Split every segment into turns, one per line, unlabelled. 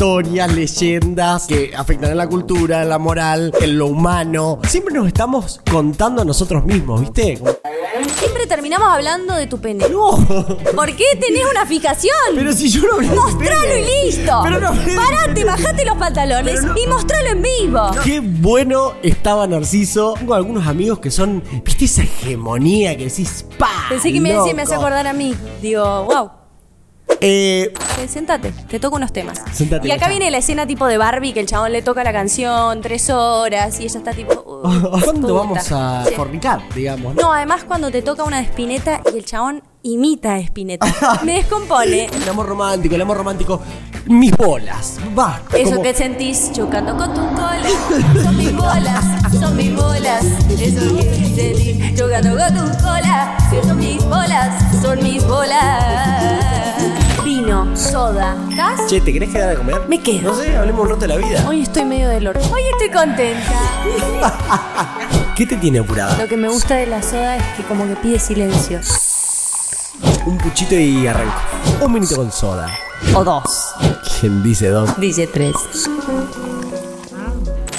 historias, leyendas que afectan a la cultura, en la moral, en lo humano. Siempre nos estamos contando a nosotros mismos, ¿viste? Como,
Siempre terminamos hablando de tu pene.
No,
¿Por qué tenés una fijación?
pero si yo no hablé de
¡Mostralo
pene.
y listo!
Pero no hablé de
¡Parate, bajate los pantalones
Pero no-
y mostralo en vivo!
Qué bueno estaba Narciso. Tengo algunos amigos que son, viste esa hegemonía que decís, pa.
Pensé que me
loco.
decía me hacía acordar a mí. Digo, wow.
Eh,
Eh, Sentate, te toco unos temas.
Sentate,
y acá
ya.
viene la escena tipo de Barbie que el chabón le toca la canción tres horas y ella está tipo. uy,
¿Cuándo
puta.
vamos a
Sí.
fornicar, digamos?
No, además cuando te toca una de Spinetta y el chabón imita a Spinetta. Me descompone.
El amor romántico, el amor romántico. Mis bolas. Va.
Eso
como-
que sentís chocando con tu cola. Son mis bolas, son mis bolas. Eso que sentís chocando con tu cola. Sí, son mis bolas, son mis bolas. Vino, soda, gas.
Che, ¿te querés quedar a comer?
Me quedo.
No sé, hablemos un rato de la vida.
Hoy estoy medio del orto. Hoy estoy contenta.
¿Qué te tiene apurada?
Lo que me gusta de la soda es que como que pide silencio.
Un puchito y arranco. Un minuto con soda.
O dos.
¿Quién dice dos?
Dice tres.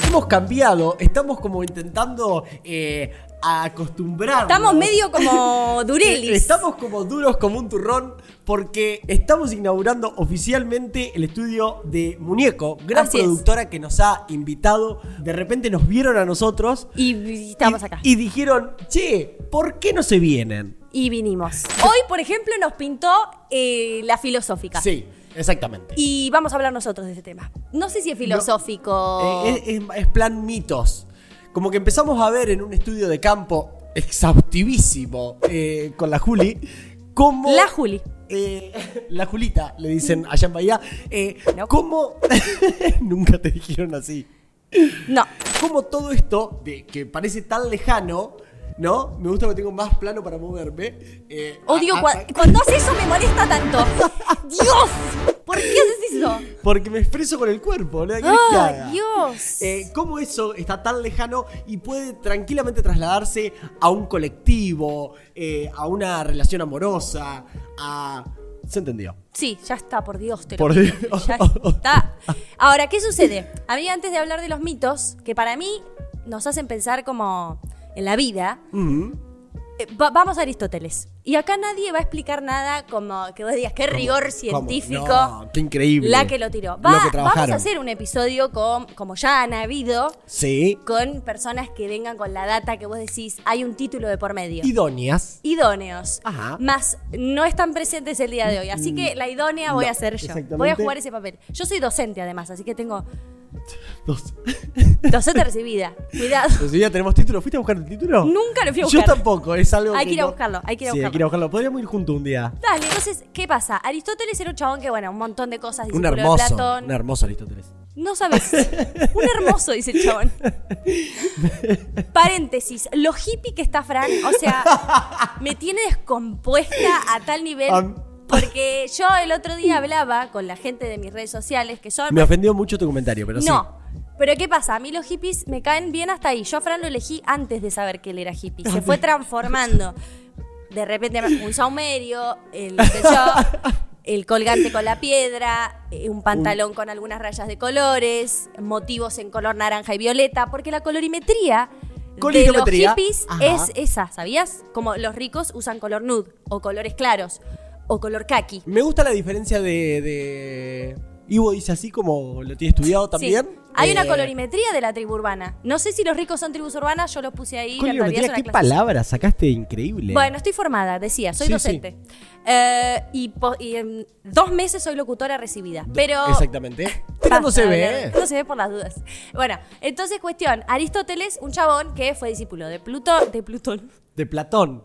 Hemos cambiado. Estamos como intentando eh, acostumbrarnos.
Estamos medio como Durelis.
Eh, Estamos como duros como un turrón porque estamos inaugurando oficialmente el estudio de Muñeco, gran
Así es.
productora que nos ha invitado. De repente nos vieron a nosotros
Y, y estamos acá.
y dijeron, che, ¿por qué no se vienen?
Y vinimos. Hoy, por ejemplo, nos pintó eh, la filosófica.
Sí, exactamente.
Y vamos a hablar nosotros de este tema. No sé si es filosófico.
Eh, es, es- es plan mitos. Como que empezamos a ver en un estudio de campo exhaustivísimo eh, con la Juli, cómo...
La Juli.
Eh, la Julita, le dicen allá en Bahía. Eh,
No.
¿Cómo? Nunca te dijeron así.
No.
¿Cómo todo esto, de, que parece tan lejano, ¿no? Me gusta que tengo más plano para moverme. eh,
Odio
a- a-
cua- cuando haces eso me molesta tanto. ¡Dios! ¿Por qué haces eso?
Porque me expreso con el cuerpo, ¿no? ¿Qué querés que
¡Ah,
haga?
Dios!
Eh, ¿Cómo eso está tan lejano y puede tranquilamente trasladarse a un colectivo, eh, a una relación amorosa, a... ¿Se entendió?
Sí, ya está, por Dios, te lo
Por
pido,
Dios.
Ya está. Ahora, ¿qué sucede? A mí, antes de hablar de los mitos, que para mí nos hacen pensar como en la vida,
Mm.
eh, va- vamos a Aristóteles. Y acá nadie va a explicar nada como que vos digas, qué rigor
¿Cómo?
científico.
No, qué increíble.
La que lo tiró. Va-
Lo que
vamos
trabajaron.
a hacer un episodio con, como ya han habido,
Sí.
con personas que vengan con la data que vos decís, hay un título de por medio.
Idóneas.
idóneos.
Ajá. Mm,
Más no están presentes el día de hoy. Así que la idónea voy a ser yo.
exactamente.
Voy a jugar ese papel. Yo soy docente además, así que tengo
Dos.
docente recibida. Cuidado.
Entonces ya tenemos título. ¿Fuiste a buscar el título?
Nunca lo fui a
Yo
buscar.
tampoco, es algo
Hay que ir a
no-
buscarlo, hay que ir a
Sí, hay
buscarlo.
que ir a buscarlo. Podríamos ir juntos un día.
Dale, entonces, ¿qué pasa? Aristóteles era un chabón que, bueno, un montón de cosas.
Un
discípulo de
hermoso,
Platón.
un hermoso Aristóteles.
No sabes. Un hermoso, dice el chabón. Paréntesis. Lo hippie que está Fran, o sea, me tiene descompuesta a tal nivel.
Am-
Porque yo el otro día hablaba con la gente de mis redes sociales, que son.
Me ofendió mucho tu comentario, pero sí.
no. Pero ¿qué pasa? A mí los hippies me caen bien hasta ahí. Yo a Fran lo elegí antes de saber que él era hippie. Se fue transformando. De repente un saumerio, el, qué sé yo, el colgante con la piedra, eh, un pantalón con algunas rayas de colores, motivos en color naranja y violeta, porque la colorimetría de los
Colorimetría.
hippies
Ajá.
es esa, ¿sabías? Como los ricos usan color nude o colores claros o color kaki.
Me gusta la diferencia de, de- Ivo dice así como lo tiene estudiado
Sí.
también.
Hay una
Eh,
colorimetría de la tribu urbana. No sé si los ricos son tribus urbanas, yo los puse ahí. pero en realidad
Colorimetría,
es
qué
una clase-
palabra sacaste increíble.
Bueno, estoy formada, decía, soy
Sí,
docente. Eh, y, po- y en dos meses soy locutora recibida. Pero.
Exactamente. Pero
basta
no se
de
ve.
hablar, No se ve por las dudas. Bueno, entonces, cuestión: Aristóteles, un chabón que fue discípulo de Plutón. De Plutón.
De Platón.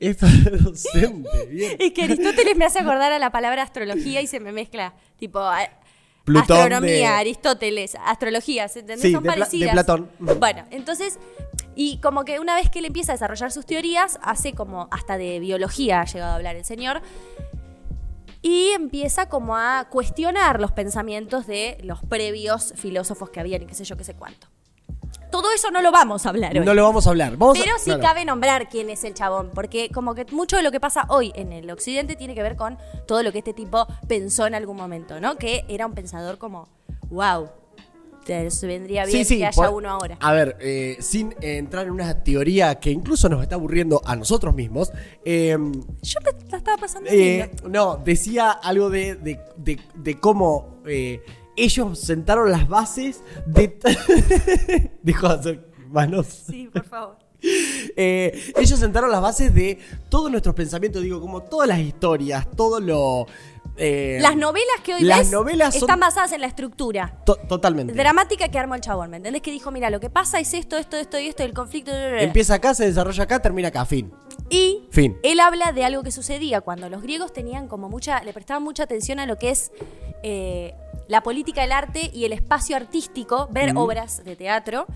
Es docente. Bien.
Es que Aristóteles me hace acordar a la palabra astrología y se me mezcla. Tipo. a-
Plutón
astronomía,
de-
Aristóteles, astrología, ¿se ¿entendés?
Sí,
Son
de Pla- de
parecidas.
Platón. Ujú.
Bueno, entonces, y como que una vez que él empieza a desarrollar sus teorías, hace como hasta de biología ha llegado a hablar el señor, y empieza como a cuestionar los pensamientos de los previos filósofos que habían y qué sé yo, qué sé cuánto. todo eso no lo vamos a hablar hoy.
No lo vamos a hablar. Vamos a-
Pero sí
claro.
cabe nombrar quién es el chabón, porque como que mucho de lo que pasa hoy en el occidente tiene que ver con todo lo que este tipo pensó en algún momento, ¿no? Que era un pensador como, wow, te vendría bien que haya
por-
uno ahora.
A ver, eh, sin entrar en una teoría que incluso nos está aburriendo a nosotros mismos, eh,
Yo me la estaba pasando
eh,
lindo.
no, decía algo de, de- de- de cómo eh, ellos sentaron las bases de... Dijo de hacer manos.
Sí, por favor.
Eh, ellos sentaron las bases de todos nuestros pensamientos, digo, como todas las historias, todo lo... eh,
Las novelas que hoy
las
ves
novelas son-
están basadas en la estructura.
to- totalmente.
Dramática que armó el chabón, ¿me entendés? Que dijo, mira, lo que pasa es esto, esto, esto y esto, el conflicto... bla, bla, bla".
Empieza acá, se desarrolla acá, termina acá, fin.
Y
Fin.
él habla de algo que sucedía cuando los griegos tenían como mucha, le prestaban mucha atención a lo que es eh, la política del arte y el espacio artístico, ver obras de teatro,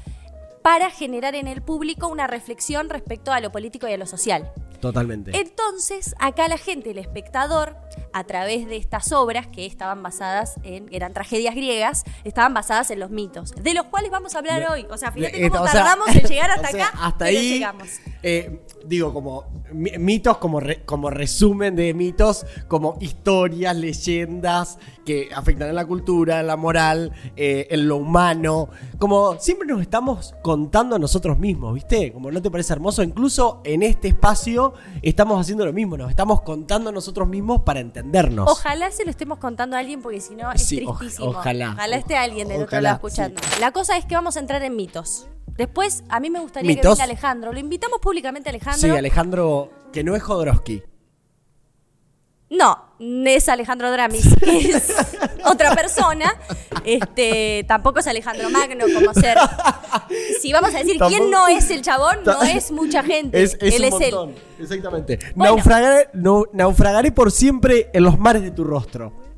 para generar en el público una reflexión respecto a lo político y a lo social.
Totalmente.
Entonces, acá la gente, el espectador, a través de estas obras que estaban basadas en, eran tragedias griegas, estaban basadas en los mitos, de los cuales vamos a hablar
De-
hoy. O sea, fíjate
de-
cómo
o sea,
tardamos en llegar hasta
o sea,
acá.
Hasta
pero
ahí.
llegamos.
eh, digo, como mi- mitos, como, re- como resumen de mitos, como historias, leyendas que afectan a la cultura, en la moral, eh, en lo humano. Como siempre nos estamos contando a nosotros mismos, ¿viste? Como no te parece hermoso, incluso en este espacio estamos haciendo lo mismo, nos estamos contando a nosotros mismos para entendernos.
Ojalá se lo estemos contando a alguien porque si no es
Sí, oj-
tristísimo.
ojalá.
esté alguien del otro
Ojalá,
lado escuchando. La cosa es que vamos a entrar en mitos. Después, a mí me gustaría que
¿Mitos?
venga Alejandro. Lo invitamos públicamente a Alejandro.
Sí, Alejandro, que no es Jodorowsky.
No, es Alejandro Dramis, que es otra persona. Este, tampoco es Alejandro Magno como ser. Si vamos a decir
Tampoco-
quién no es el chabón, no
Ta-
es mucha gente.
Es, es
Él
un
es él.
montón, exactamente.
Bueno.
Naufragaré, nau- naufragaré por siempre en los mares de tu rostro.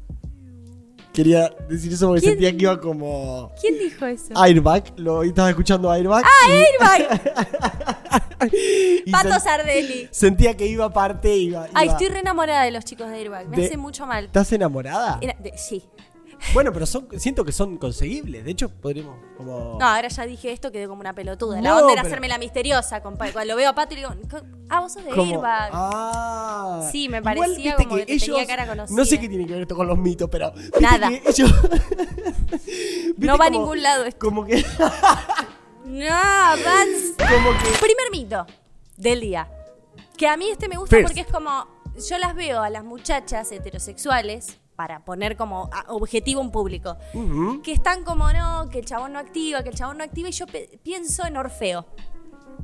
Quería decir eso porque
¿Quién?
sentía que iba como
¿Quién dijo eso?
Ah, airbag. Lo estaba escuchando airbag.
¡Ah, Airbag!
y- y
Pato
sen-
Sardelli.
sentía que iba aparte. Iba,
Ay,
iba-
estoy re enamorada de los chicos de Airbag. Me
de-
hace mucho mal.
¿Estás enamorada?
Era- de- sí.
Bueno, pero son, siento que son conseguibles. De hecho, podríamos como.
No, ahora ya dije esto, quedé como una pelotuda. La
No,
onda era
pero-
hacerme la misteriosa, compa. Cuando lo veo a Pato le digo, "Co- ah, vos sos de
como-
Airbag.
Ah.
Sí, me
Igual,
parecía
viste
como que te tenía cara conocida.
No sé qué tiene que ver esto con los mitos, pero. viste
Nada.
que ellos- Viste
No va a
como-
ningún lado esto.
Como que.
No, Vans.
Como que.
Primer mito del día. Que a mí este me gusta
First.
porque es como. Yo las veo a las muchachas heterosexuales, para poner como a- objetivo un público,
Ujú.
que están como no, que el chabón no activa, que el chabón no activa, y yo pe- pienso en Orfeo.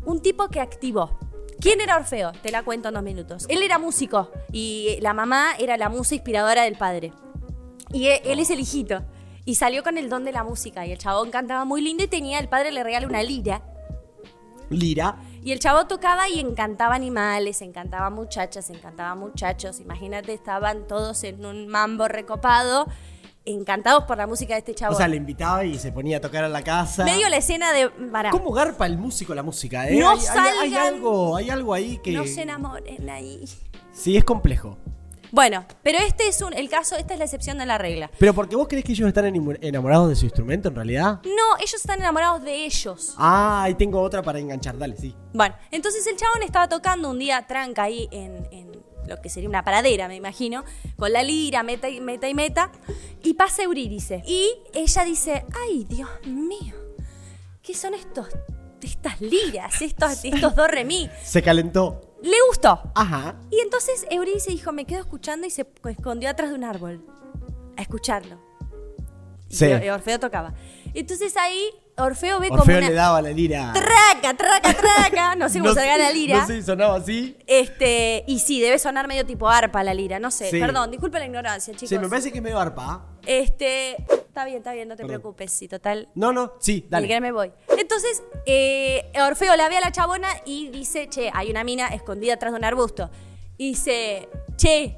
Un tipo que activó. ¿Quién era Orfeo? Te la cuento en dos minutos. Él era músico y la mamá era la musa inspiradora del padre. Y e- él, es el hijito. Y salió con el don de la música. Y el chabón cantaba muy lindo y tenía, el padre le regala una lira.
Lira.
Y el chavo tocaba y encantaba animales, encantaba muchachas, encantaba muchachos. Imagínate, estaban todos en un mambo recopado, encantados por la música de este chavo.
O sea, le invitaba y se ponía a tocar a la casa.
Medio la escena de. Pará,
¿Cómo garpa el músico la música, eh?
No
hay, hay- hay
salgan-
algo, hay algo ahí que.
no se enamoren ahí.
Sí, es complejo.
Bueno, pero este es un, el caso, esta es la excepción de la regla.
Pero porque vos crees que ellos están enimu- enamorados de su instrumento en realidad.
No, ellos están enamorados de ellos.
Ah, ahí tengo otra para enganchar, dale, sí.
Bueno, entonces el chabón estaba tocando un día tranca ahí en, en lo que sería una paradera, me imagino, con la lira, meta y meta y meta, y pasa Eurídice. Y ella dice, ay, Dios mío, ¿qué son estos, estas liras, estos, estos dos remí?
Se calentó.
Le gustó.
Ajá.
Y entonces Eurídice dijo, me quedo escuchando y se escondió atrás de un árbol a escucharlo. Y
Sí.
Or- Orfeo tocaba. Entonces ahí Orfeo ve como
Orfeo
una...
le daba la lira.
Traca, traca, traca. No sé cómo
se
salga la lira.
No sé, sonaba así.
Este, y sí, debe sonar medio tipo arpa la lira, no sé.
Sí.
Perdón, disculpa la ignorancia, chicos.
Sí, me parece que es medio arpa. ¿ah?
Este, está bien, está bien, no te
Perdón.
preocupes, sí, total.
No, no, sí,
Ni
dale.
que me voy. Entonces, eh, Orfeo la ve a la chabona y dice, che, hay una mina escondida atrás de un arbusto. Y dice, che,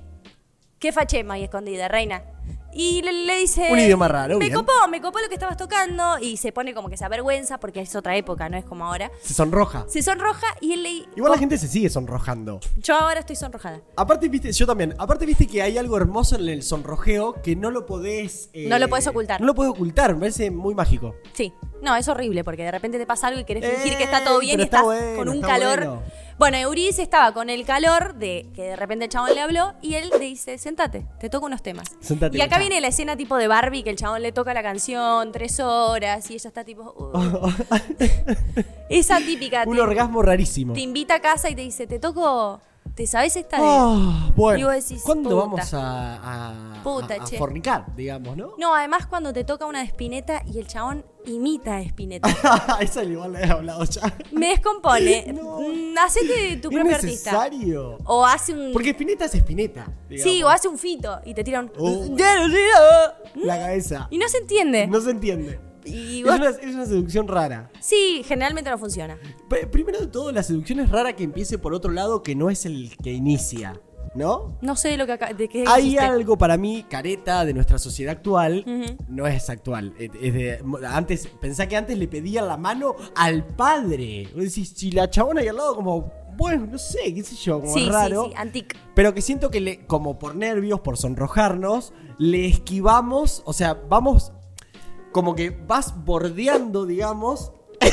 ¿qué fachema ahí escondida, reina? Y le, le dice.
Un idioma raro,
Me
bien.
copó, me copó lo que estabas tocando. Y se pone como que se avergüenza porque es otra época, no es como ahora.
Se sonroja.
Se sonroja y él le.
Igual la
co-
gente se sigue sonrojando.
Yo ahora estoy sonrojada.
Aparte, viste, yo también. Aparte, viste que hay algo hermoso en el sonrojeo que no lo podés. eh,
No lo podés ocultar.
No lo podés ocultar, me parece muy mágico.
Sí. No, es horrible porque de repente te pasa algo y querés fingir que está
Ey,
todo bien
Eh, pero está
y estás
bueno,
con un
está
calor.
bueno.
Bueno, Eurídice estaba con el calor de que de repente el chabón le habló y él le dice, sentate, te toco unos temas.
Sentate,
y acá
chao.
viene la escena tipo de Barbie que el chabón le toca la canción tres horas y ella está tipo... "Uh". Esa típica.
un
te-
orgasmo rarísimo.
te invita a casa y te dice, te toco, ¿te sabes esta de...?
Ah, bueno,
Y vos decís,
¿cuándo
puta.
vamos a, a,
Puta,
a- a
che.
fornicar, digamos, no?
No, además cuando te toca una de Spinetta y el chabón imita a Spinetta.
Esa igual la he hablado ya.
Me descompone.
No.
Mm, Hacete tu propio
es
artista.
necesario.
O hace un...
Porque Spinetta es Spinetta. digamos.
Sí, o hace un fito y te tira un...
Oh. La cabeza.
Y no se entiende.
No se entiende.
Y
Es
vos-
una, es una seducción rara.
Sí, generalmente no funciona.
Pr- Primero de todo, la seducción es rara que empiece por otro lado que no es el que inicia, ¿no?
No sé de lo que acá- de qué
Hay
dijiste.
algo para mí, careta, de nuestra sociedad actual.
Ujú.
No es actual. es- es de- antes, pensá que antes le pedían la mano al padre. Vos decís, si la chabona ahí al lado, como, bueno, no sé, qué sé yo, como
Sí, sí,
raro.
sí, antic.
Pero que siento que, le, como por nervios, por sonrojarnos, le esquivamos, o sea, vamos, como que vas bordeando, digamos,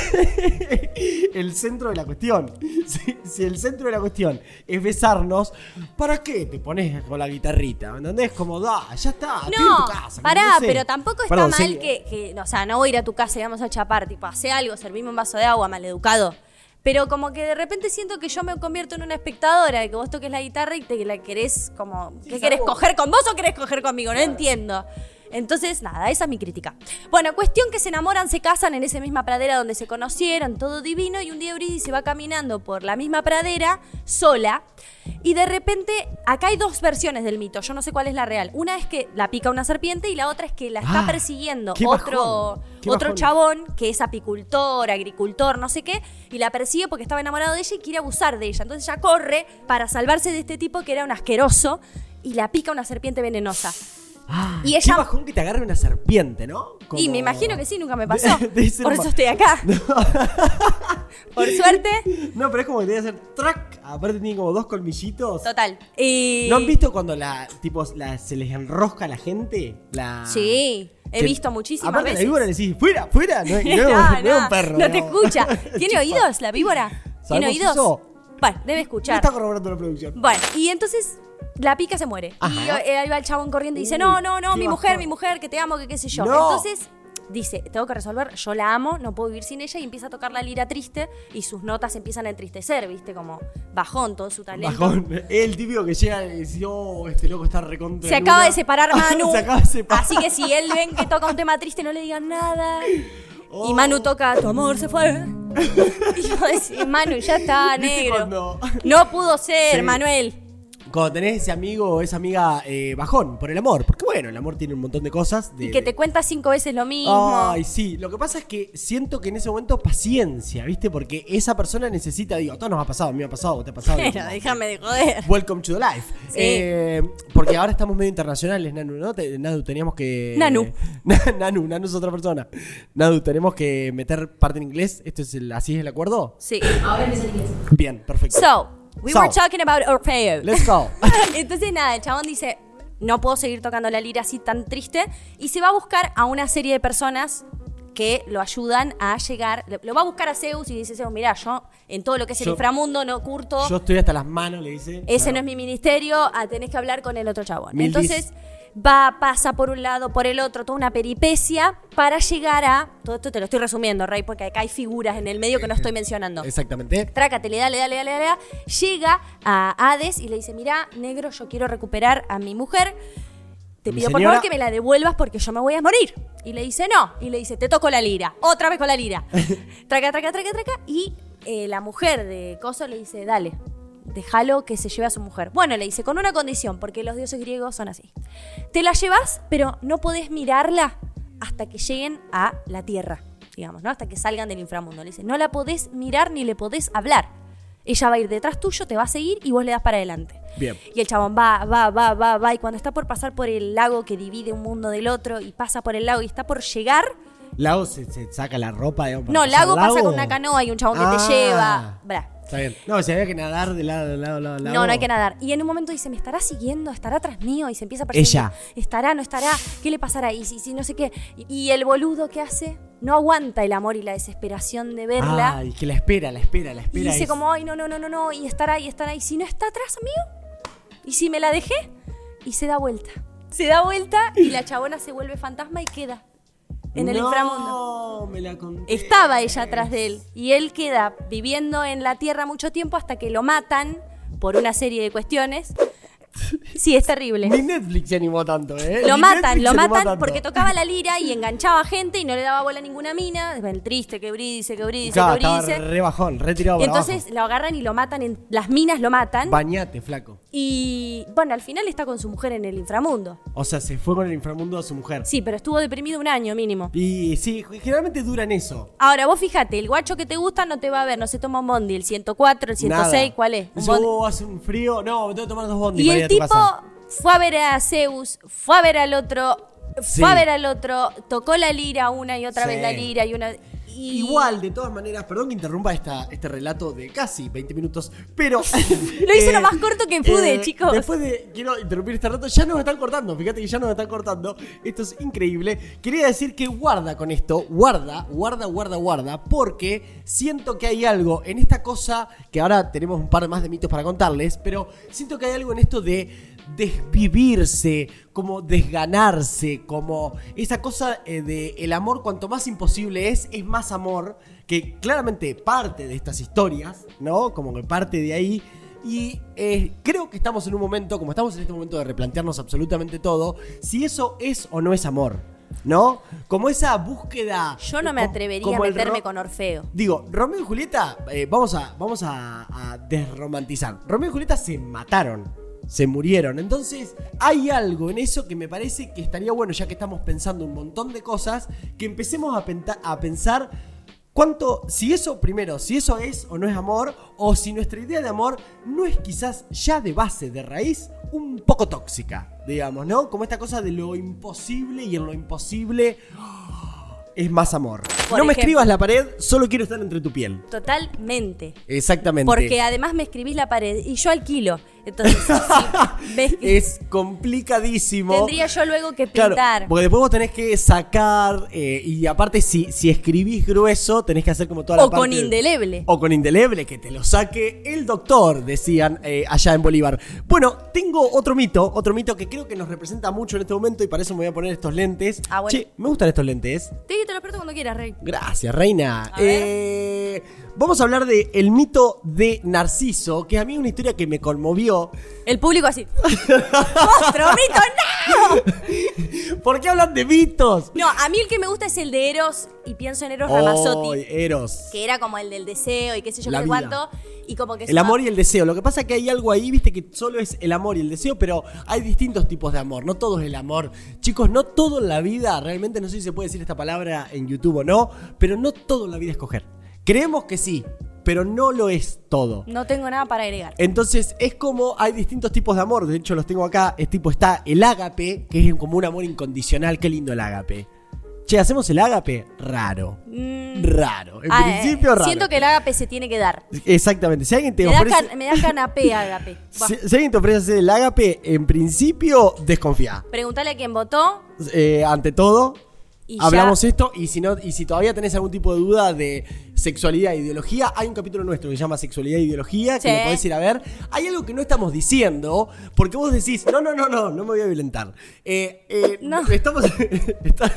el centro de la cuestión. Si, si el centro de la cuestión es besarnos, ¿para qué te pones con la guitarrita? ¿Me entendés? Como, da, ya está, estoy en
No,
Ah, tu casa.
pará,
no sé.
pero tampoco está
Perdón,
mal
sí.
que, que- no, o sea, no voy a ir a tu casa y vamos a chapar, tipo, hace algo, servime un vaso de agua, maleducado. Pero como que de repente siento que yo me convierto en una espectadora, de que vos toques la guitarra y te la querés como,
Sí,
¿qué
sabor.
querés coger con vos o querés coger conmigo? No entiendo. Entonces, nada, esa es mi crítica. Bueno, cuestión que se enamoran, se casan en esa misma pradera donde se conocieron, todo divino, y un día Eurídice va caminando por la misma pradera, sola, y de repente, acá hay dos versiones del mito, yo no sé cuál es la real. Una es que la pica una serpiente y la otra es que la está
Ah,
persiguiendo
qué
otro,
bajón, qué
otro
bajón.
chabón que es apicultor, agricultor, no sé qué, y la persigue porque estaba enamorado de ella y quiere abusar de ella. Entonces ella corre para salvarse de este tipo que era un asqueroso y la pica una serpiente venenosa.
Ah,
y ella-
Qué bajón que te agarre una serpiente, ¿no?
Y
Como-
me imagino que sí, nunca me pasó.
Debe ser
Por
ma-
eso estoy acá. Por suerte,
No, pero es como que debe hacer track. Aparte tiene como dos colmillitos.
total. Y...
¿No han visto cuando la, tipo, la- se les enrosca a la gente? La...
Sí, he
Que-
visto muchísimas
aparte
veces.
la víbora le decís, fuera, fuera. No, no,
No,
no es un
Ah, no,
perro.
no te
digamos.
escucha. ¿Tiene oídos la víbora? ¿Tiene
¿Sabemos
oídos?
eso?
Bueno, debe
No
escuchar.
está corroborando la producción.
Bueno, y entonces la pica se muere. Y
Ajá.
eh, ahí va el chabón corriendo y dice,
Uy,
no, no, no,
qué
mi mujer,
bajón.
mi mujer, que te amo, que qué sé yo.
No.
Entonces dice, tengo que resolver, yo la amo, no puedo vivir sin ella y empieza a tocar la lira triste y sus notas empiezan a entristecer, viste, como bajón todo su talento.
Bajón. El típico que llega y dice, oh, este loco está recontra.
Se
luna".
acaba de separar Manu.
se acaba de separar.
Así que si él ven que toca un tema triste, no le digan nada.
Oh.
Y Manu toca Tu amor se fue. Y yo decía, Manu, ya está,
¿Viste
negro.
cuando-
No pudo ser,
Sí.
Manuel.
Cuando tenés ese amigo o esa amiga eh, bajón por el amor. Porque bueno, el amor tiene un montón de cosas. de-
Y que te cuenta cinco veces lo mismo.
Ay, sí. Lo que pasa es que siento que en ese momento paciencia, ¿viste? Porque esa persona necesita, digo, a todos nos ha pasado, a mí me ha pasado, te ha pasado.
Pero
Como,
déjame de joder.
Welcome to the life.
Sí.
Eh, porque ahora estamos medio internacionales, Nanu, ¿no? Te- Nanu, teníamos que.
Nanu.
Na- Nanu, Nanu es otra persona. Nanu, tenemos que meter parte en inglés. Esto es el, así es el acuerdo.
Sí.
Bien, perfecto.
So, we
So.
were talking about Orfeo.
Let's go.
Entonces, nada, el chabón dice: No puedo seguir tocando la lira así tan triste. Y se va a buscar a una serie de personas que lo ayudan a llegar. Lo va a buscar a Zeus y dice: Zeus, mirá, yo en todo lo que es el
Yo-
inframundo no curto.
Yo estoy hasta las manos, le dice.
Ese no
Claro.
es mi ministerio, ah, tenés que hablar con el otro chabón.
Mil
Entonces va, pasa por un lado, por el otro, toda una peripecia para llegar a. Todo esto te lo estoy resumiendo, Rey, porque acá hay figuras en el medio que no estoy mencionando.
Exactamente.
Trácate, le da, le da, le da, le da, le da. Llega a Hades y le dice: Mirá, negro, yo quiero recuperar a mi mujer. Te
Mi
pido por
señora.
favor que me la devuelvas porque yo me voy a morir. Y le dice: No. Y le dice: Te toco la lira. Otra vez con la lira. traca, traca, traca, traca. Y eh, la mujer de Coso le dice: Dale. Déjalo que se lleve a su mujer. Bueno, le dice, con una condición, porque los dioses griegos son así. Te la llevas, pero no podés mirarla hasta que lleguen a la tierra, digamos, ¿no? Hasta que salgan del inframundo. Le dice, no la podés mirar ni le podés hablar. Ella va a ir detrás tuyo, te va a seguir y vos le das para adelante.
Bien.
Y el chabón va, va, va, va, va. Y cuando está por pasar por el lago que divide un mundo del otro y pasa por el lago y está por llegar.
Lago se, se saca la ropa. digamos, para
No,
pasar
lago pasa
lago.
con una canoa y un chabón que
Ah.
te lleva. Bra.
Está bien. No, si había que nadar de lado, de lado, de lado. de
No,
lado.
no hay que nadar. Y en un momento dice, ¿me estará siguiendo? ¿Estará tras mío? Y se empieza a perseguir.
Ella.
¿Estará? ¿No estará? ¿Qué le pasará? Y si, si no sé qué. Y, y el boludo, ¿qué hace? No aguanta el amor y la desesperación de verla.
Ay, que la espera, la espera, la
y
espera.
dice
es-
como, ay, no, no, no, no, no. Y estará, y estará. Y si no está atrás mío. Y si me la dejé. Y se da vuelta. Se da vuelta y la chabona se vuelve fantasma y queda en el
no,
inframundo.
me la conté.
Estaba ella atrás de él y él queda viviendo en la Tierra mucho tiempo hasta que lo matan por una serie de cuestiones. Sí, es terrible.
Ni Netflix se animó tanto, ¿eh?
Lo
Ni
matan,
Netflix
lo
se animó
matan
tanto.
porque tocaba la lira y enganchaba gente y no le daba bola a ninguna mina. El triste, que bridice, que bridice,
Claro,
que
estaba
bridice.
re bajón, retirado
Entonces lo agarran y lo matan, en, las minas lo matan.
Bañate, flaco.
Y bueno, al final está con su mujer en el inframundo.
O sea, se fue con el inframundo a su mujer.
Sí, pero estuvo deprimido un año mínimo.
Y sí, generalmente duran eso.
Ahora, vos fíjate, el guacho que te gusta no te va a ver, no se toma un bondi, el 104, el 106,
Nada.
¿cuál es? Un
Dice,
bondi.
"Oh, hace un frío. No, me tengo que tomar dos bondis
Y
para ir
el
a tu
tipo
casa".
fue a ver a Zeus, fue a ver al otro,
Sí.
fue a ver al otro, tocó la lira una y otra
Sí.
vez la lira y una. y-
Igual, de todas maneras, perdón que interrumpa esta, este relato de casi 20 minutos, pero.
Lo hice lo más corto que pude, chicos.
Eh, Después de. Quiero interrumpir este rato, ya nos están cortando, fíjate que ya nos están cortando. Esto es increíble. Quería decir que guarda con esto, guarda, guarda, guarda, guarda, porque siento que hay algo en esta cosa, que ahora tenemos un par más de mitos para contarles, pero siento que hay algo en esto de desvivirse, como desganarse, como esa cosa eh, de el amor cuanto más imposible es, es más amor, que claramente parte de estas historias, ¿no? Como que parte de ahí. Y eh, creo que estamos en un momento, como estamos en este momento de replantearnos absolutamente todo, si eso es o no es amor, ¿no? Como esa búsqueda...
Yo no me
como-
atrevería a
como el
meterme
ro-
con Orfeo.
Digo, Romeo y Julieta, eh, vamos, a, vamos a, a desromantizar. Romeo y Julieta se mataron, se murieron. Entonces, hay algo en eso que me parece que estaría bueno, ya que estamos pensando un montón de cosas, que empecemos a, penta- a pensar cuánto, si eso primero, si eso es o no es amor, o si nuestra idea de amor no es quizás ya de base, de raíz, un poco tóxica, digamos, ¿no? Como esta cosa de lo imposible y en lo imposible es más amor.
Por
no me
ejemplo.
escribas la pared, solo quiero estar entre tu piel.
Totalmente.
Exactamente.
Porque además me escribís la pared y yo alquilo. Entonces, si me escri-
es complicadísimo.
tendría yo luego que pintar.
Claro, porque después vos tenés que sacar eh, y aparte si, si escribís grueso tenés que hacer como toda la
O
parte
con
de-
indeleble.
o con indeleble que te lo saque el doctor decían eh, allá en Bolívar bueno tengo otro mito otro mito que creo que nos representa mucho en este momento y para eso me voy a poner estos lentes
Ah, bueno.
Che, me gustan estos lentes
Te, te lo presto cuando quieras, Rey.
Gracias, reina.
A ver.
Eh, vamos a hablar de el mito de Narciso, que a mí es una historia que me conmovió.
El público así. ¡Otro mito! ¡No!
¿Por qué hablan de mitos?
No, a mí el que me gusta es el de Eros y pienso en Eros
Ay,
Ramazzotti,
Eros.
que era como el del deseo y qué sé yo
La
qué
vida.
cuánto. Y como que
El amor y el deseo. Lo que pasa es que hay algo ahí, viste, que solo es el amor y el deseo, pero hay distintos tipos de amor. No todo es el amor. Chicos, no todo en la vida, realmente no sé si se puede decir esta palabra en YouTube o no, pero no todo en la vida es coger. Creemos que sí, pero no lo es todo.
No tengo nada para agregar.
Entonces es como hay distintos tipos de amor, de hecho los tengo acá, es tipo está el ágape, que es como un amor incondicional, qué lindo el ágape. Che, ¿hacemos el ágape? Raro.
Mm,
Raro. En
ah, eh,
principio raro.
Siento que el agape se tiene que dar.
Exactamente, si alguien te
Me da,
ofrece...
can- me da canapé agape. Buah.
Si, si alguien te ofrece hacer el ágape, en principio desconfía.
Preguntale a quién votó.
Eh, ante todo,
Y
hablamos
ya.
esto y si, no, y si todavía tenés algún tipo de duda de sexualidad e ideología, hay un capítulo nuestro que se llama Sexualidad e Ideología, que
Sí.
lo podés ir a ver. Hay algo que no estamos diciendo, porque vos decís, no, no, no, no, no me voy a violentar. Eh, eh,
No.
estamos, está-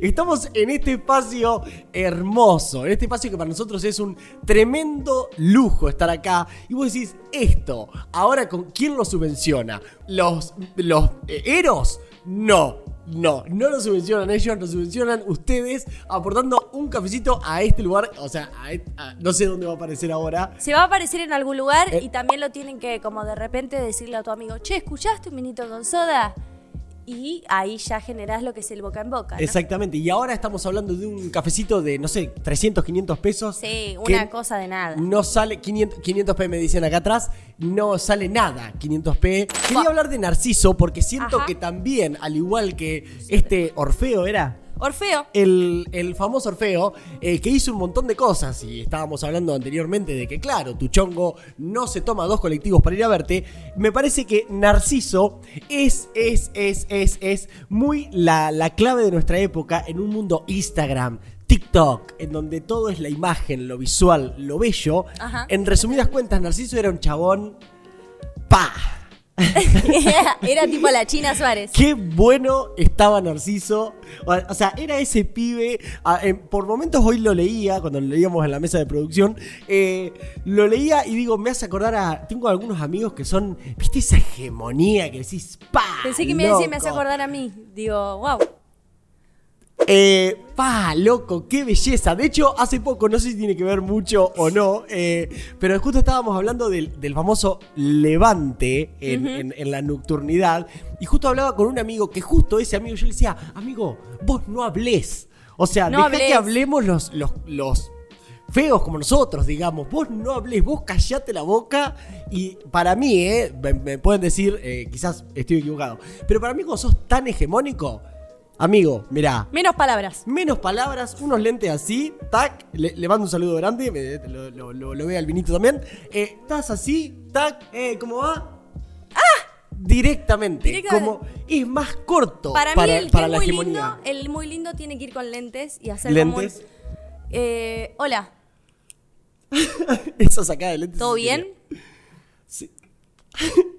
estamos en este espacio hermoso, en este espacio que para nosotros es un tremendo lujo estar acá. Y vos decís, esto, ahora con quién lo subvenciona, los, los eh, eros, no. No, no lo subvencionan ellos, lo subvencionan ustedes aportando un cafecito a este lugar, o sea, a et- a- no sé dónde va a aparecer ahora.
Se va a aparecer en algún lugar
Eh.
y también lo tienen que, como de repente, decirle a tu amigo: Che, ¿escuchaste un minito con soda? y ahí ya generás lo que es el boca en boca. Ah, ¿no?
Exactamente, y ahora estamos hablando de un cafecito de, no sé, 300, 500 pesos.
Sí,
que
una cosa de nada.
No sale, 500, 500p me dicen acá atrás, no sale nada, 500p. Quería
Buah.
hablar de Narciso porque siento
Ajá.
que también, al igual que este Orfeo era...
Orfeo.
El, el famoso Orfeo, eh, que hizo un montón de cosas, y estábamos hablando anteriormente de que, claro, tu chongo no se toma dos colectivos para ir a verte, me parece que Narciso es, es, es, es, es muy la, la clave de nuestra época en un mundo Instagram. TikTok, en donde todo es la imagen, lo visual, lo bello.
Ajá.
En resumidas cuentas, Narciso era un chabón. ¡Pa!
Era tipo la China Suárez.
Qué bueno estaba Narciso. O o sea, era ese pibe. ah, eh, por momentos hoy lo leía, cuando lo leíamos en la mesa de producción. eh, lo leía y digo, me hace acordar a. Tengo algunos amigos que son. ¿Viste esa hegemonía que decís, pa?
Pensé que me decía,
loco?
me hace acordar a mí. Digo, wow.
Eh, pa, loco, qué belleza. De hecho, hace poco, no sé si tiene que ver mucho o no, eh, pero justo estábamos hablando del, del famoso levante en, en- en la nocturnidad. Y justo hablaba con un amigo que justo ese amigo yo le decía, amigo, vos no hablés. O sea,
No
dejá que
hablés.
hablemos los, los, los feos como nosotros, digamos. Vos no hablés, vos callate la boca. Y para mí, eh, me, me pueden decir, eh, quizás estoy equivocado, pero para mí, cuando sos tan hegemónico, amigo, mirá.
Menos palabras.
Menos palabras, unos lentes así, tac, le, le mando un saludo grande, me- lo, lo, lo- lo ve al vinito también. Eh, Estás así, tac, eh, ¿cómo va? Directamente,
¡Ah! Directamente.
como es más corto
Para,
para,
mí, el
para
que
la
es muy
hegemonía.
lindo, el muy lindo tiene que ir con lentes y hacer
Lentes.
como un, eh, hola,
Eso saca de lentes.
¿todo
es genial.
bien?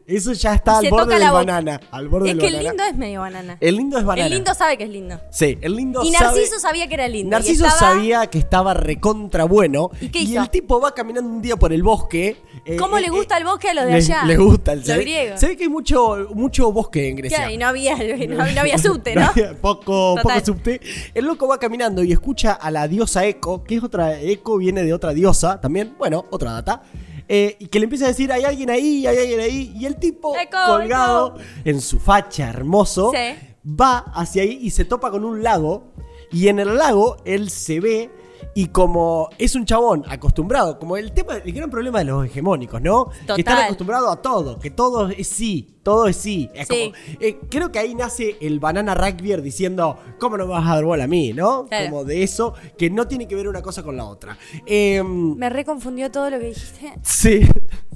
Eso ya está al
Se
borde
toca
del
la boca.
banana. Al borde
es
del
que el
banana.
lindo es medio banana.
El lindo es banana.
El lindo sabe que es lindo.
Sí, el lindo
Y
sabe-
Narciso sabía que era lindo. y
Narciso
estaba-
sabía que estaba recontra bueno.
¿Y qué
y
hizo?
el tipo va caminando un día por el bosque. eh,
¿Cómo
eh,
le gusta
eh,
el bosque a los de
les-
allá?
Les gusta el
Los griegos.
Se ve que hay mucho, mucho bosque en Grecia.
Claro, y no había, no, no había subte, ¿no?
poco,
Total.
poco subte. El loco va caminando y escucha a la diosa Eco, que es otra. Eco viene de otra diosa también. Bueno, otra data. eh, y que le empieza a decir: hay alguien ahí, hay alguien ahí. Y el tipo,
Eco,
colgado en su facha hermoso,
Sí.
va hacia ahí y se topa con un lago. Y en el lago él se ve. Y como es un chabón acostumbrado, como el tema, el gran problema de los hegemónicos, ¿no? Que están
Total.
acostumbrados a todo, que todo es sí, todo es sí. Es
Sí.
como, eh, creo que ahí nace el banana rugby diciendo, ¿cómo no me vas a dar bola a mí? ¿No?
Claro.
Como de eso, que no tiene que ver una cosa con la otra. Em,
Me reconfundió todo lo que dijiste.
sí.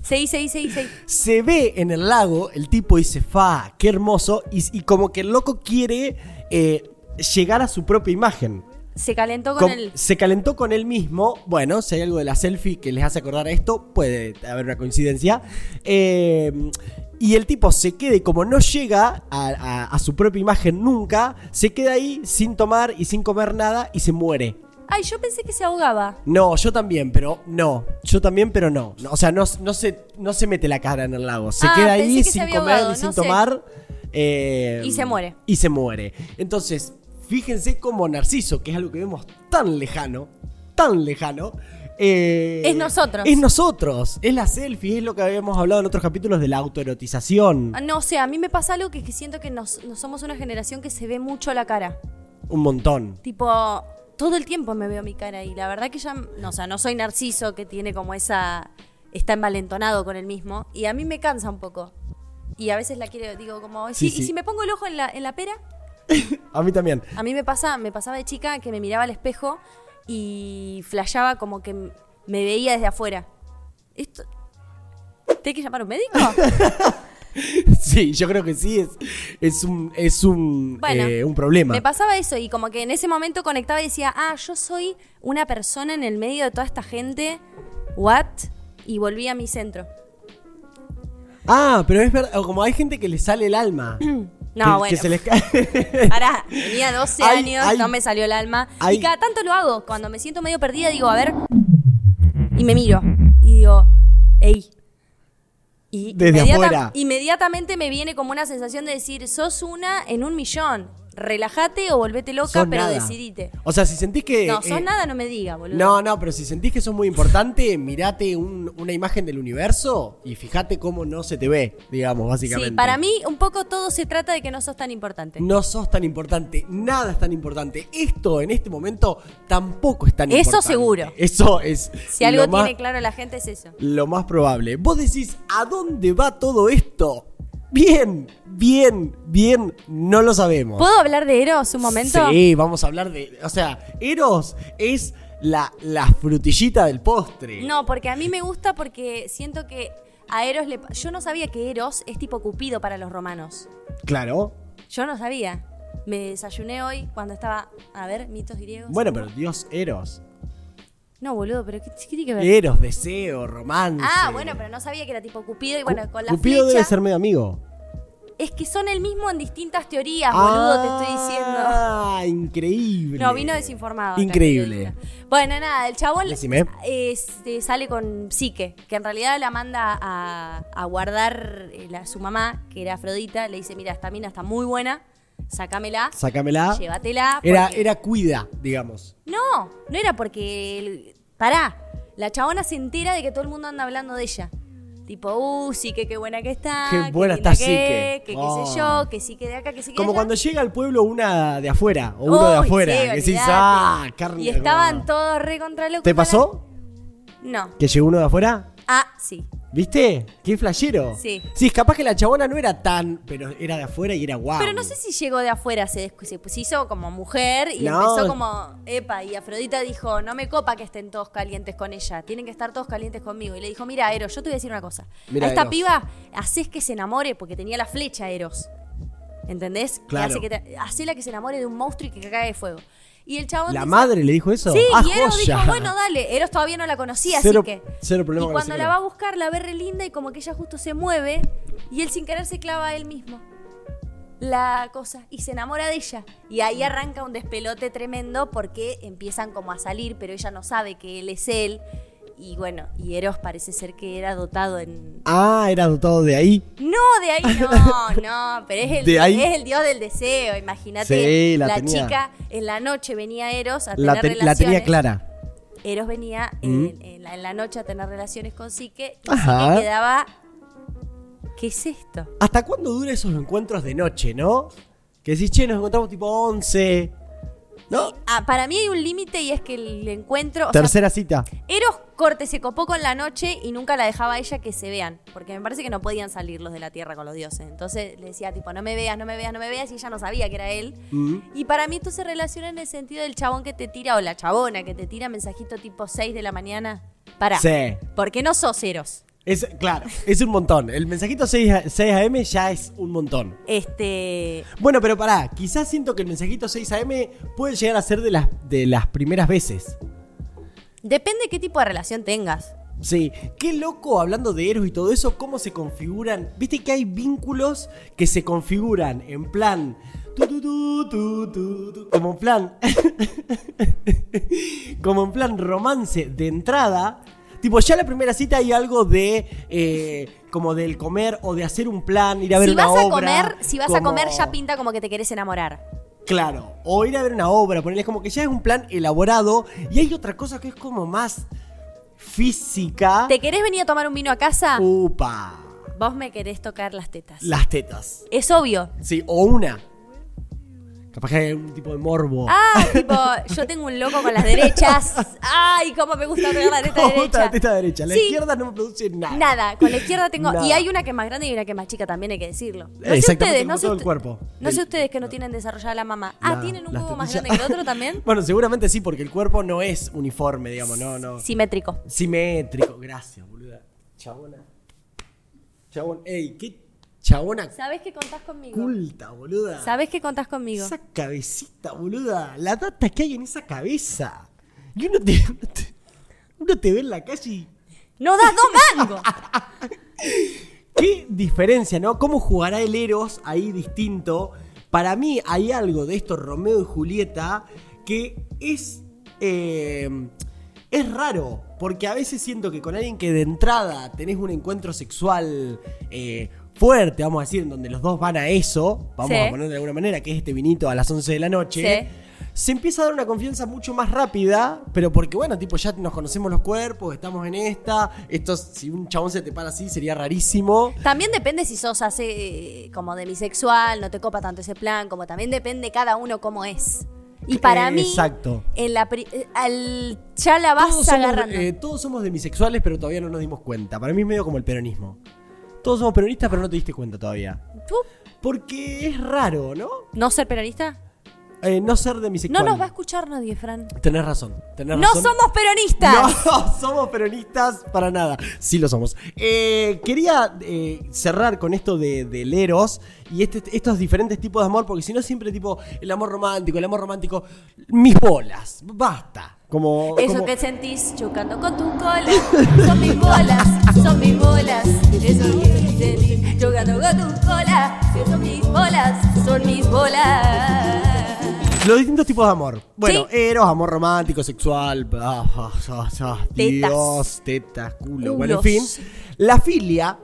Seguí, seguí, seguí, seguí.
Se ve en el lago, el tipo dice, fa, qué hermoso, y, y como que el loco quiere eh, llegar a su propia imagen.
Se calentó con
Com-
el...
Se calentó con él mismo. Bueno, si hay algo de la selfie que les hace acordar a esto, puede haber una coincidencia. Eh, y el tipo se queda y como no llega a, a- a su propia imagen nunca, se queda ahí sin tomar y sin comer nada y se muere.
Ay, yo pensé que se ahogaba.
No, yo también, pero no. Yo también, pero no. No, O sea, no, no, se, no se mete la cara en el lago. Se
Ah,
queda
pensé
ahí
que se
sin
había
comer
ahogado,
y sin
no sé.
tomar. eh,
Y se muere.
Y se muere. Entonces, fíjense cómo Narciso, que es algo que vemos tan lejano, tan lejano. eh,
Es nosotros.
Es nosotros. Es la selfie, es lo que habíamos hablado en otros capítulos de la autoerotización.
Ah, No, o sea, a mí me pasa algo que, es que siento que nos, nos somos una generación que se ve mucho la cara.
Un montón.
Tipo, todo el tiempo me veo mi cara y la verdad que ya, no, o sea, no soy narciso que tiene como esa, está envalentonado con el mismo y a mí me cansa un poco. Y a veces la quiero, digo como,
Sí,
"Sí,
sí.
¿y si me pongo el ojo en la, en la pera?
A mí también.
A mí me pasa, me pasaba de chica que me miraba al espejo y flasheaba como que m- me veía desde afuera. Esto ¿Te hay que llamar a un médico?
Sí, yo creo que sí. Es, es un, es un,
Bueno,
eh, un problema.
Me pasaba eso y como que en ese momento conectaba y decía, ah, yo soy una persona en el medio de toda esta gente, what? Y volví a mi centro.
Ah, pero es verdad, como hay gente que le sale el alma.
No,
Que-
bueno.
que se les cae.
Ahora, tenía 12
Hay-
años,
hay-
no me salió el alma.
hay-
y cada tanto lo hago. Cuando me siento medio perdida, digo, a ver. Y me miro. Y digo, ey. Y
Desde
inmediata-
afuera.
inmediatamente me viene como una sensación de decir, sos una en un millón. relájate o volvete loca,
Sos
pero
nada.
decidite.
O sea, si sentís que.
No,
eh,
sos nada, no me diga, boludo.
No, no, pero si sentís que eso es muy importante, mirate un- una imagen del universo y fíjate cómo no se te ve, digamos, básicamente.
Sí, para mí un poco todo se trata de que no sos tan importante.
No sos tan importante, nada es tan importante. Esto en este momento tampoco es tan
Eso
importante.
seguro.
Eso es.
si algo
lo más-
tiene claro la gente es eso.
Lo más probable. Vos decís, ¿a dónde va todo esto? Bien, bien, bien, no lo sabemos.
¿Puedo hablar de Eros un momento?
Oh. Sí, vamos a hablar de. O sea, Eros es la, la frutillita del postre.
No, porque a mí me gusta porque siento que a Eros le... Yo no sabía que Eros es tipo Cupido para los romanos.
Claro.
Yo no sabía. Me desayuné hoy cuando estaba... A ver, mitos griegos.
Bueno, pero Dios, Eros.
No, boludo, pero ¿qué, qué tiene que ver?
Eros, deseo, romance.
Ah, bueno, pero no sabía que era tipo Cupido y bueno,
Cu-
con la
Cupido
flecha...
debe ser medio amigo.
Es que son el mismo en distintas teorías, boludo, te estoy diciendo.
Ah, increíble.
No, vino desinformado. acá,
Increíble.
periodista. Bueno, nada, el chabón
Decime.
este, sale con Psique, que en realidad la manda a, a guardar eh, la- su mamá, que era Afrodita. Le dice, mira, esta mina está muy buena, sácamela,
Sácamela.
llévatela.
Era,
porque-".
era cuida, digamos.
No, no era porque... el- Pará, la chabona se entera de que todo el mundo anda hablando de ella. Tipo, uh, Psique, qué buena que está.
Qué buena
linda
está
que es,
Psique.
Que qué
Oh.
sé yo, que Psique de acá, que Psique de
Como
allá.
cuando llega al pueblo una de afuera o uno de
Uy,
afuera.
sí,
que decís,
olvidate.
ah, carne.
Y
de
estaban
vaca".
todos re contra locos.
¿Te
con la-
pasó?
No.
¿Que llegó uno de afuera?
Ah, sí.
¿Viste? Qué flashero.
Sí.
Sí, es capaz que la chabona no era tan, pero era de afuera y era guau.
Pero no sé si llegó de afuera, se, descu- se pus- hizo como mujer y
No.
empezó como, epa, y Afrodita dijo, no me copa que estén todos calientes con ella, tienen que estar todos calientes conmigo. Y le dijo, mira, Eros, yo te voy a decir una cosa.
Mira,
a esta
Eros.
piba haces que se enamore porque tenía la flecha Eros. ¿Entendés? Que
Claro.
hace que te- hacela que se enamore de un monstruo y que caiga de fuego. Y el chabón
¿La
dice-
madre le dijo eso?
Sí,
Ah,
y Eros
joya.
dijo, bueno, dale, Eros todavía no la conocía,
Cero-
así que.
cero problema
y
con la
cuando la
psicóloga.
va a buscar, la ve re linda y como que ella justo se mueve y él sin querer se clava a él mismo. La cosa, y se enamora de ella. Y ahí arranca un despelote tremendo porque empiezan como a salir, pero ella no sabe que él es él. Y bueno, y Eros parece ser que era dotado en.
Ah, era dotado de ahí.
No, de ahí no, no, pero es el,
De ahí-
es el dios del deseo, imagínate.
Sí, la tenía.
chica en la noche venía Eros a tener
La, te- la
relaciones.
tenía clara.
Eros venía
Mm.
en, en la, en la noche a tener relaciones con Psique y
Ajá.
Psique quedaba. ¿Qué es esto?
¿Hasta cuándo duran esos encuentros de noche, no? Que decís, che, nos encontramos tipo 11. ¿No?
Ah, para mí hay un límite y es que el encuentro. o sea,
Tercera cita.
Eros corte se copó con la noche y nunca la dejaba a ella que se vean. Porque me parece que no podían salir los de la tierra con los dioses. Entonces le decía, tipo, no me veas, no me veas, no me veas. Y ella no sabía que era él.
Mm.
Y para mí esto se relaciona en el sentido del chabón que te tira o la chabona que te tira mensajito tipo 6 de la mañana. Para.
Sí.
Porque no sos Eros.
Es, claro, es un montón. El mensajito 6, a- 6 AM ya es un montón.
Este.
Bueno, pero pará, quizás siento que el mensajito 6 AM puede llegar a ser de las, de las primeras veces.
Depende qué tipo de relación tengas.
Sí, qué loco hablando de Eros y todo eso, cómo se configuran. Viste que hay vínculos que se configuran en plan. tu, tu, tu, tu, tu, tu, como en plan. como en plan romance de entrada. Tipo, ya en la primera cita hay algo de. eh, como del comer o de hacer un plan, ir a ver
si
una
vas a
obra,
comer, si vas a
como-
comer ya pinta como que te querés enamorar.
Claro, o ir a ver una obra, ponerles como que ya es un plan elaborado y hay otra cosa que es como más física.
¿Te querés venir a tomar un vino a casa?
Uh. Upa.
Vos me querés tocar las tetas.
Las tetas.
Es obvio.
Sí, o una. Capaz que hay algún tipo de morbo.
Ah, tipo, yo tengo un loco con las derechas. Ay, cómo me gusta tocar la teta
¿Cómo está
derecha.
la teta derecha. La
Sí,
izquierda no me produce nada.
Nada, con la izquierda tengo. Y
Nada.
hay una que es más grande y una que es más chica, también hay que decirlo. No sé
Exactamente,
ustedes,
como
no sé
todo el
uste-
cuerpo.
No sé
Del-
ustedes que no tienen desarrollada la mamá. Ah,
Nada.
¿tienen un
Las
huevo más
tetillas-
grande que el otro también?
bueno, seguramente sí, porque el cuerpo no es uniforme, digamos, no, no.
Simétrico.
Simétrico. Gracias, boluda. Chabona. Chabón. Ey, qué chabona
¿Sabés que contás conmigo?
culta, boluda.
¿Sabés que contás conmigo?
Esa cabecita, boluda. La data que hay en esa cabeza. Y uno te, uno te- uno te ve en la calle y.
¡No das dos mangos!
Qué diferencia, ¿no? ¿Cómo jugará el Eros ahí distinto? Para mí hay algo de esto, Romeo y Julieta, que es. eh, es raro, porque a veces siento que con alguien que de entrada tenés un encuentro sexual eh, fuerte, vamos a decir, en donde los dos van a eso, vamos
Sí.
a poner de alguna manera, que es este vinito a las 11 de la noche, se empieza a dar una confianza mucho más rápida, pero porque, bueno, tipo, ya nos conocemos los cuerpos, estamos en esta, esto, si un chabón se te para así, sería rarísimo.
También depende si sos así, como demisexual, no te copa tanto ese plan, como también depende cada uno cómo es. Y para
Eh,
mí,
Exacto.
en la pri- eh, al- ya la vas
Todos somos,
agarrando.
eh, todos somos demisexuales, pero todavía no nos dimos cuenta. Para mí es medio como el peronismo. Todos somos peronistas, pero no te diste cuenta todavía.
¿Tú?
Porque es raro, ¿no?
¿No ser peronista?
Eh, no ser demisexual.
No nos va a escuchar nadie, Fran.
Tenés razón. Tenés
No
razón.
somos peronistas.
No somos peronistas para nada. Sí lo somos. Eh, quería eh, cerrar con esto de, del eros y este- estos diferentes tipos de amor, porque si no siempre tipo el amor romántico, el amor romántico, mis bolas, basta. Como,
Eso
como-
que sentís chocando con tu cola, son mis bolas, son mis bolas. Eso que sentís chocando con tu cola, son mis bolas, son mis bolas.
Los distintos tipos de amor. Bueno,
Sí.
eros, amor romántico, sexual, ah, ah, ah, ah,
Tetas.
Dios, tetas, culo. Bueno, en fin.
Culos.
La filia.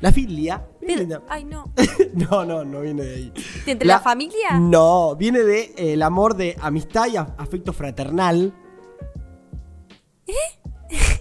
La filia.
Pero- Ay, no.
No, no, no viene de ahí.
¿De entre la familia?
No, viene de eh, el amor de amistad y a- afecto fraternal. ¿Eh?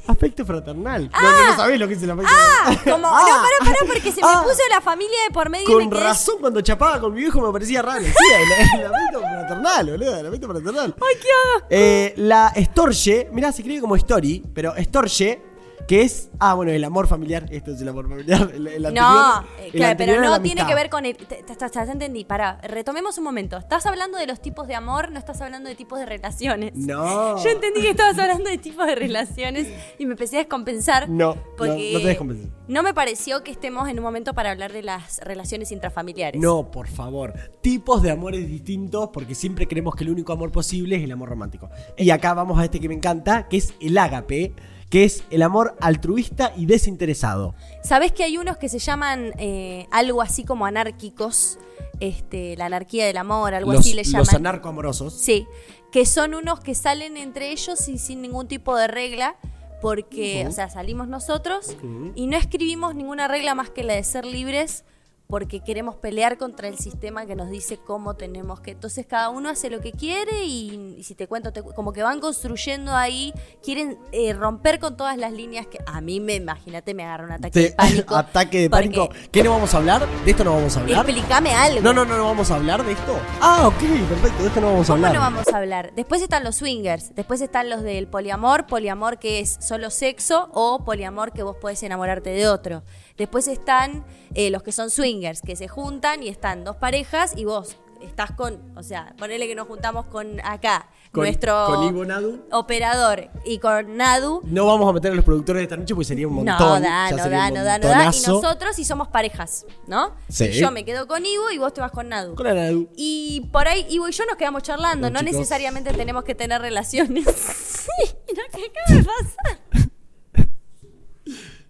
Afecto fraternal. No, no, no sabés lo que es el afecto
Ah,
fraternal.
como,
Ah.
no, pará, pará, porque se me
Ah.
puso la familia de por medio y
Con
me quedé.
razón, cuando chapaba con mi viejo me parecía raro. Sí, el, el afecto fraternal, boludo, el afecto fraternal.
Ay, qué hago.
Eh, la estorche, mirá, se escribe como story, pero estorche, que es. Ah, bueno, el amor familiar. Esto es el amor familiar. El, el
No,
anterior-
eh,
el
claro,
anterior
pero
era
no
la
tiene
amistad.
que ver con el. te- te- te- Ya entendí, pará, retomemos un momento. Estás hablando de los tipos de amor, no estás hablando de tipos de relaciones.
No.
Yo entendí que estabas hablando de tipos de relaciones y me empecé a descompensar.
No,
porque
no, no te descompensé.
No me pareció que estemos en un momento para hablar de las relaciones intrafamiliares.
No, por favor. Tipos de amores distintos porque siempre creemos que el único amor posible es el amor romántico. Y acá vamos a este que me encanta, que es el ágape, que es el amor altruista y desinteresado.
Sabés que hay unos que se llaman eh, algo así como anárquicos, este, la anarquía del amor, algo
los,
así le llaman.
Los anarcoamorosos.
Sí, que son unos que salen entre ellos y sin ningún tipo de regla, porque, o sea, salimos nosotros y no escribimos ninguna regla más que la de ser libres, porque queremos pelear contra el sistema que nos dice cómo tenemos que. Entonces cada uno hace lo que quiere y, y si te cuento, te cu- como que van construyendo ahí, quieren eh, romper con todas las líneas que a mí me, imagínate, me agarra un ataque de
Te-
pánico.
ataque de
porque-
pánico. ¿Qué no vamos a hablar? ¿De esto no vamos a hablar?
Explícame algo.
No, no, no, no vamos a hablar de esto. Ah, ok, perfecto, de esto no vamos a
¿Cómo
hablar.
no vamos a hablar? Después están los swingers, después están los del poliamor, poliamor que es solo sexo o poliamor que vos podés enamorarte de otro. Después están eh, los que son swingers, que se juntan y están dos parejas y vos estás con, o sea, ponele que nos juntamos con acá,
Con-
nuestro
con Ivo Nadu.
operador y con Nadu.
No vamos a meter a los productores de esta noche porque sería un montón.
No da,
ya
no
sería
da,
un
no da, no da. Y
montonazo.
nosotros y somos parejas, ¿no?
Sí.
Y yo me quedo con Ivo y vos te vas con Nadu.
Con la Nadu.
Y por ahí Ivo y yo nos quedamos charlando,
Bueno,
no
chicos.
necesariamente tenemos que tener relaciones. sí, mira que acaba de pasar.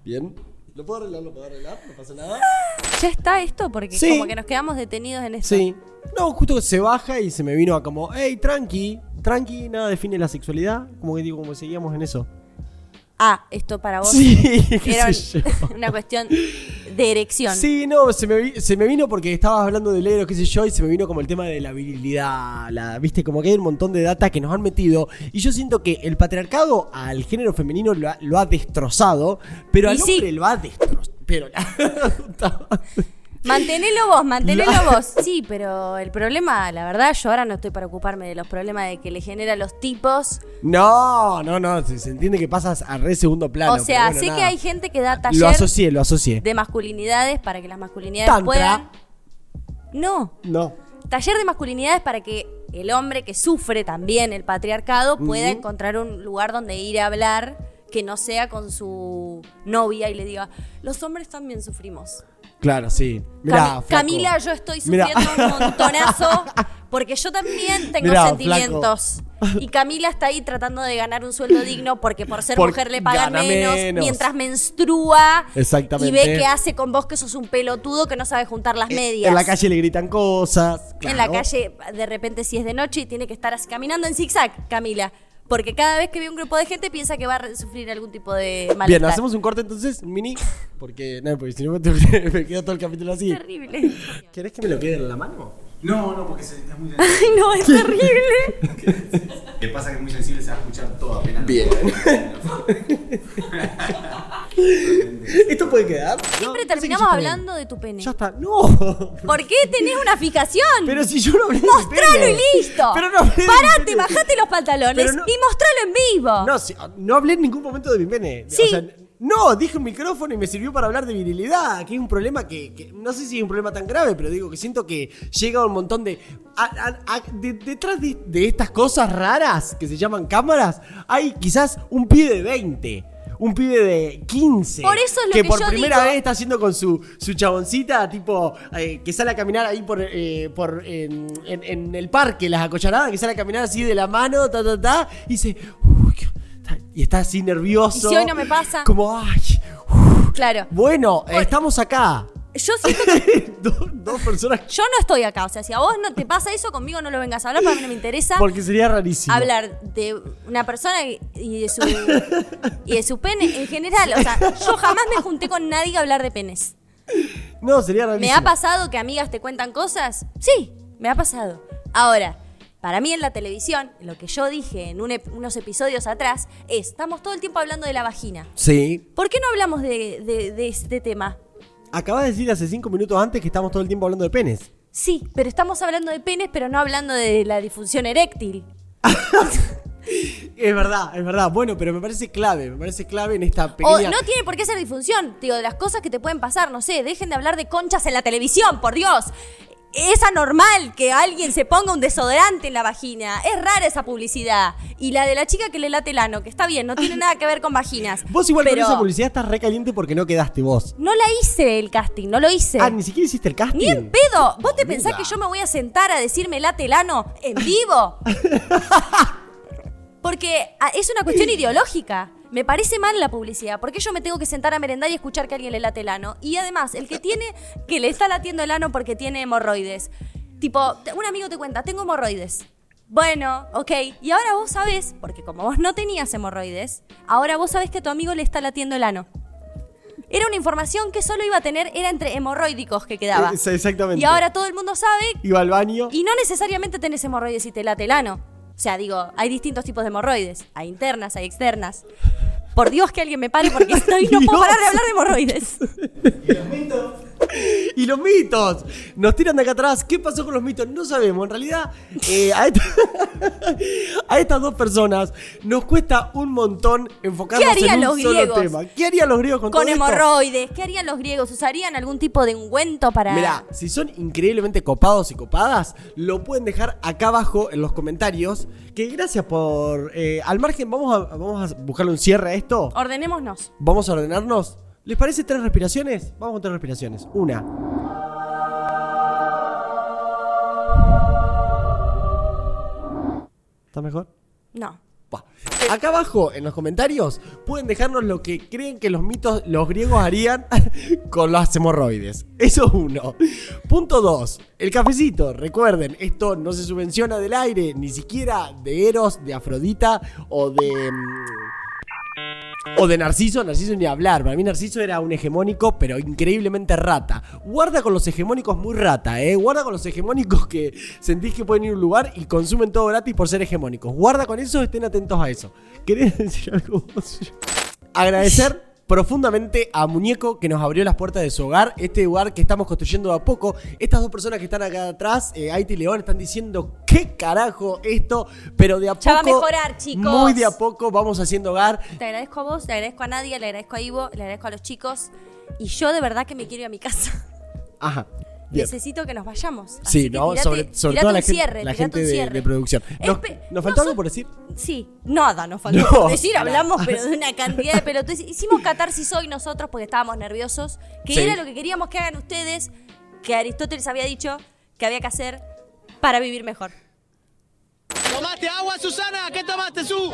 Bien. ¿Lo puedo arreglar? ¿Lo puedo arreglar? ¿No pasa nada?
Ya está esto porque
Sí.
como que nos quedamos detenidos en esto.
Sí. No, justo se baja y se me vino a como, hey, tranqui, tranqui, nada define la sexualidad. Como que digo, como seguíamos en eso.
Ah, esto para vos
Sí, qué
era
sé yo.
una cuestión de erección.
Sí, no, se me, vi- se me vino porque estabas hablando del héroe, qué sé yo, y se me vino como el tema de la virilidad, la, viste, como que hay un montón de data que nos han metido. Y yo siento que el patriarcado al género femenino lo ha, lo ha destrozado, pero
Y
al
sí.
hombre lo ha destrozado. Pero
Mantenelo vos, mantenelo vos. Sí, pero el problema, la verdad, yo ahora no estoy para ocuparme de los problemas de que le genera a los tipos.
No, no, no, se, se entiende que pasas a re segundo plano.
o sea,
Ah, pero bueno,
sé que
nada.
hay gente que da
Lo
taller
asocié, lo asocié.
de masculinidades para que las masculinidades
Tantra.
puedan. No.
No.
Taller de masculinidades para que el hombre que sufre también el patriarcado pueda encontrar un lugar donde ir a hablar que no sea con su novia y le diga, los hombres también sufrimos.
Claro, sí. Mirá,
Cami-
flaco.
Camila, yo estoy
Mirá.
sufriendo un montonazo porque yo también tengo
Mirá,
sentimientos. Y Camila está ahí tratando de ganar un sueldo digno porque por ser
Por-
mujer le pagan
gana
menos,
menos.
mientras menstrua
Exactamente. Eh,
y ve que hace con vos que sos un pelotudo que no sabe juntar las medias.
En la calle le gritan cosas.
En la
claro.
calle, de repente, si es de noche y tiene que estar así caminando en zigzag, Camila. Porque cada vez que ve un grupo de gente piensa que va a re- sufrir algún tipo de malestar.
Bien, hacemos un corte entonces, mini. Porque, no, porque si no me, tengo que- me queda todo el capítulo así.
Terrible.
¿Querés que me lo quede en la mano?
No, no, porque se- es muy
Ay, no, es terrible.
sensible. Lo que pasa es que es muy sensible, se va a escuchar todo apenas.
Bien. ¿Esto puede quedar?
Siempre terminamos hablando de tu pene.
Ya está. ¡No!
¿Por qué tenés una fijación?
Pero si yo no hablé de mi
¡Mostralo
pene.
y listo!
Pero no hablé de mi
¡Parate,
pene.
bajate los pantalones
Pero no-
y mostralo en vivo!
No, si- no hablé en ningún momento de mi pene.
Sí.
O sea, no, dije un micrófono y me sirvió para hablar de virilidad, que es un problema que, que- no sé si es un problema tan grave, pero digo que siento que llega un montón de... a- a- a- de- detrás de, de estas cosas raras que se llaman cámaras, hay quizás un pibe de 20. Un pibe de 15.
Por eso es lo que
por
yo
primera
digo.
vez está haciendo con su, su chaboncita, tipo, eh, que sale a caminar ahí por, eh, por en, en- en el parque, las acocharadas, que sale a caminar así de la mano, ta, ta, ta, y dice, "Uy, qué-" y está así nervioso.
¿Y si hoy no me pasa?
Como, ay,
Claro.
bueno, eh, estamos acá.
Yo siento que
dos, dos personas,
yo no estoy acá. O sea, si a vos no te pasa eso, conmigo no lo vengas a hablar, para mí no me interesa.
porque sería rarísimo.
hablar de una persona y y de su y de su pene en general. O sea, yo jamás me junté con nadie a hablar de penes.
No, sería
¿Me
rarísimo.
ha pasado que amigas te cuentan cosas? Sí, me ha pasado. Ahora, para mí en la televisión, lo que yo dije en un ep- unos episodios atrás es, estamos todo el tiempo hablando de la vagina.
Sí.
¿Por qué no hablamos de, de- de este tema?
Acabas de decir hace cinco minutos antes que estamos todo el tiempo hablando de penes.
Sí, pero estamos hablando de penes, pero no hablando de la disfunción eréctil.
Es verdad, es verdad. Bueno, pero me parece clave, me parece clave en esta
O
pequeña...
no tiene por qué ser disfunción, digo, de las cosas que te pueden pasar, no sé, dejen de hablar de conchas en la televisión, por Dios. Es anormal que alguien se ponga un desodorante en la vagina. Es rara esa publicidad. Y la de la chica que le late el ano, que está bien, no tiene nada que ver con vaginas.
Vos igual
Pero
con esa publicidad estás recaliente porque no quedaste vos.
No la hice el casting, no lo hice.
Ah, ni siquiera hiciste el casting.
Ni en pedo. ¿Vos te pensás
Boluda.
que yo me voy a sentar a decirme late el ano en vivo? Porque ah, es una cuestión ideológica. Me parece mal la publicidad. Porque yo me tengo que sentar a merendar y escuchar que alguien le late el ano. Y además, el que tiene, que le está latiendo el ano porque tiene hemorroides. Tipo, te- un amigo te cuenta, tengo hemorroides. Bueno, ok. Y ahora vos sabés, porque como vos no tenías hemorroides, ahora vos sabés que a tu amigo le está latiendo el ano. Era una información que solo iba a tener, era entre hemorroidicos que quedaba.
Es- Eh, exactamente.
Y ahora todo el mundo sabe
Iba al baño.
y no necesariamente tenés hemorroides y te late el ano. O sea, digo, hay distintos tipos de hemorroides. Hay internas, hay externas. Por Dios que alguien me pare porque estoy, no puedo
Dios.
parar de hablar de hemorroides.
Y los mitos. Nos tiran de acá atrás. ¿Qué pasó con los mitos? No sabemos. En realidad, eh, a, esta- a estas dos personas nos cuesta un montón enfocarnos
¿Qué harían
en un
los
solo
griegos?
tema. ¿Qué harían los griegos con,
Con
todo esto?
hemorroides. ¿Qué harían los griegos? ¿Usarían algún tipo de ungüento para...?
Mirá, si son increíblemente copados y copadas, lo pueden dejar acá abajo en los comentarios. Que gracias por. eh, al margen, vamos a, vamos a buscarle un cierre a esto.
Ordenémonos.
Vamos a ordenarnos. ¿Les parece tres respiraciones? Vamos con tres respiraciones. Una. ¿Está mejor?
No.
Buah. Acá abajo en los comentarios pueden dejarnos lo que creen que los mitos los griegos harían con las hemorroides. Eso es uno. Punto dos. El cafecito. Recuerden, esto no se subvenciona del aire, ni siquiera de Eros, de Afrodita o de. mm, O de Narciso, Narciso ni hablar. Para mí Narciso era un hegemónico, pero increíblemente rata. Guarda con los hegemónicos muy rata, ¿eh? Guarda con los hegemónicos que sentís que pueden ir a un lugar y consumen todo gratis por ser hegemónicos. Guarda con eso, estén atentos a eso. ¿Querés decir algo vos? Agradecer profundamente a Muñeco que nos abrió las puertas de su hogar, este lugar que estamos construyendo de a poco. Estas dos personas que están acá atrás, eh, Aiti y León, están diciendo qué carajo esto, pero de a poco.
Ya va a mejorar, chicos.
Muy de a poco vamos haciendo hogar.
Te agradezco a vos, le agradezco a Nadia, le agradezco a Ivo, le agradezco a los chicos. Y yo de verdad que me quiero ir a mi casa.
Ajá. Bien.
Necesito que nos vayamos. Así
Sí,
que
¿no?
tirate-
sobre sobre
tirate
todo
un
la, gen-
cierre,
la
tirate un
gente de,
cierre.
de producción. ¿Nos,
Espe-
nos faltó
no,
algo
so-
por decir?
Sí, nada nos faltó
No.
por decir, hablamos pero de una cantidad de pelotudeces. Hicimos catarsis hoy nosotros porque estábamos nerviosos, que
Sí.
era lo que queríamos que hagan ustedes, que Aristóteles había dicho que había que hacer para vivir mejor.
¿Tomaste agua, Susana? ¿Qué tomaste, Su?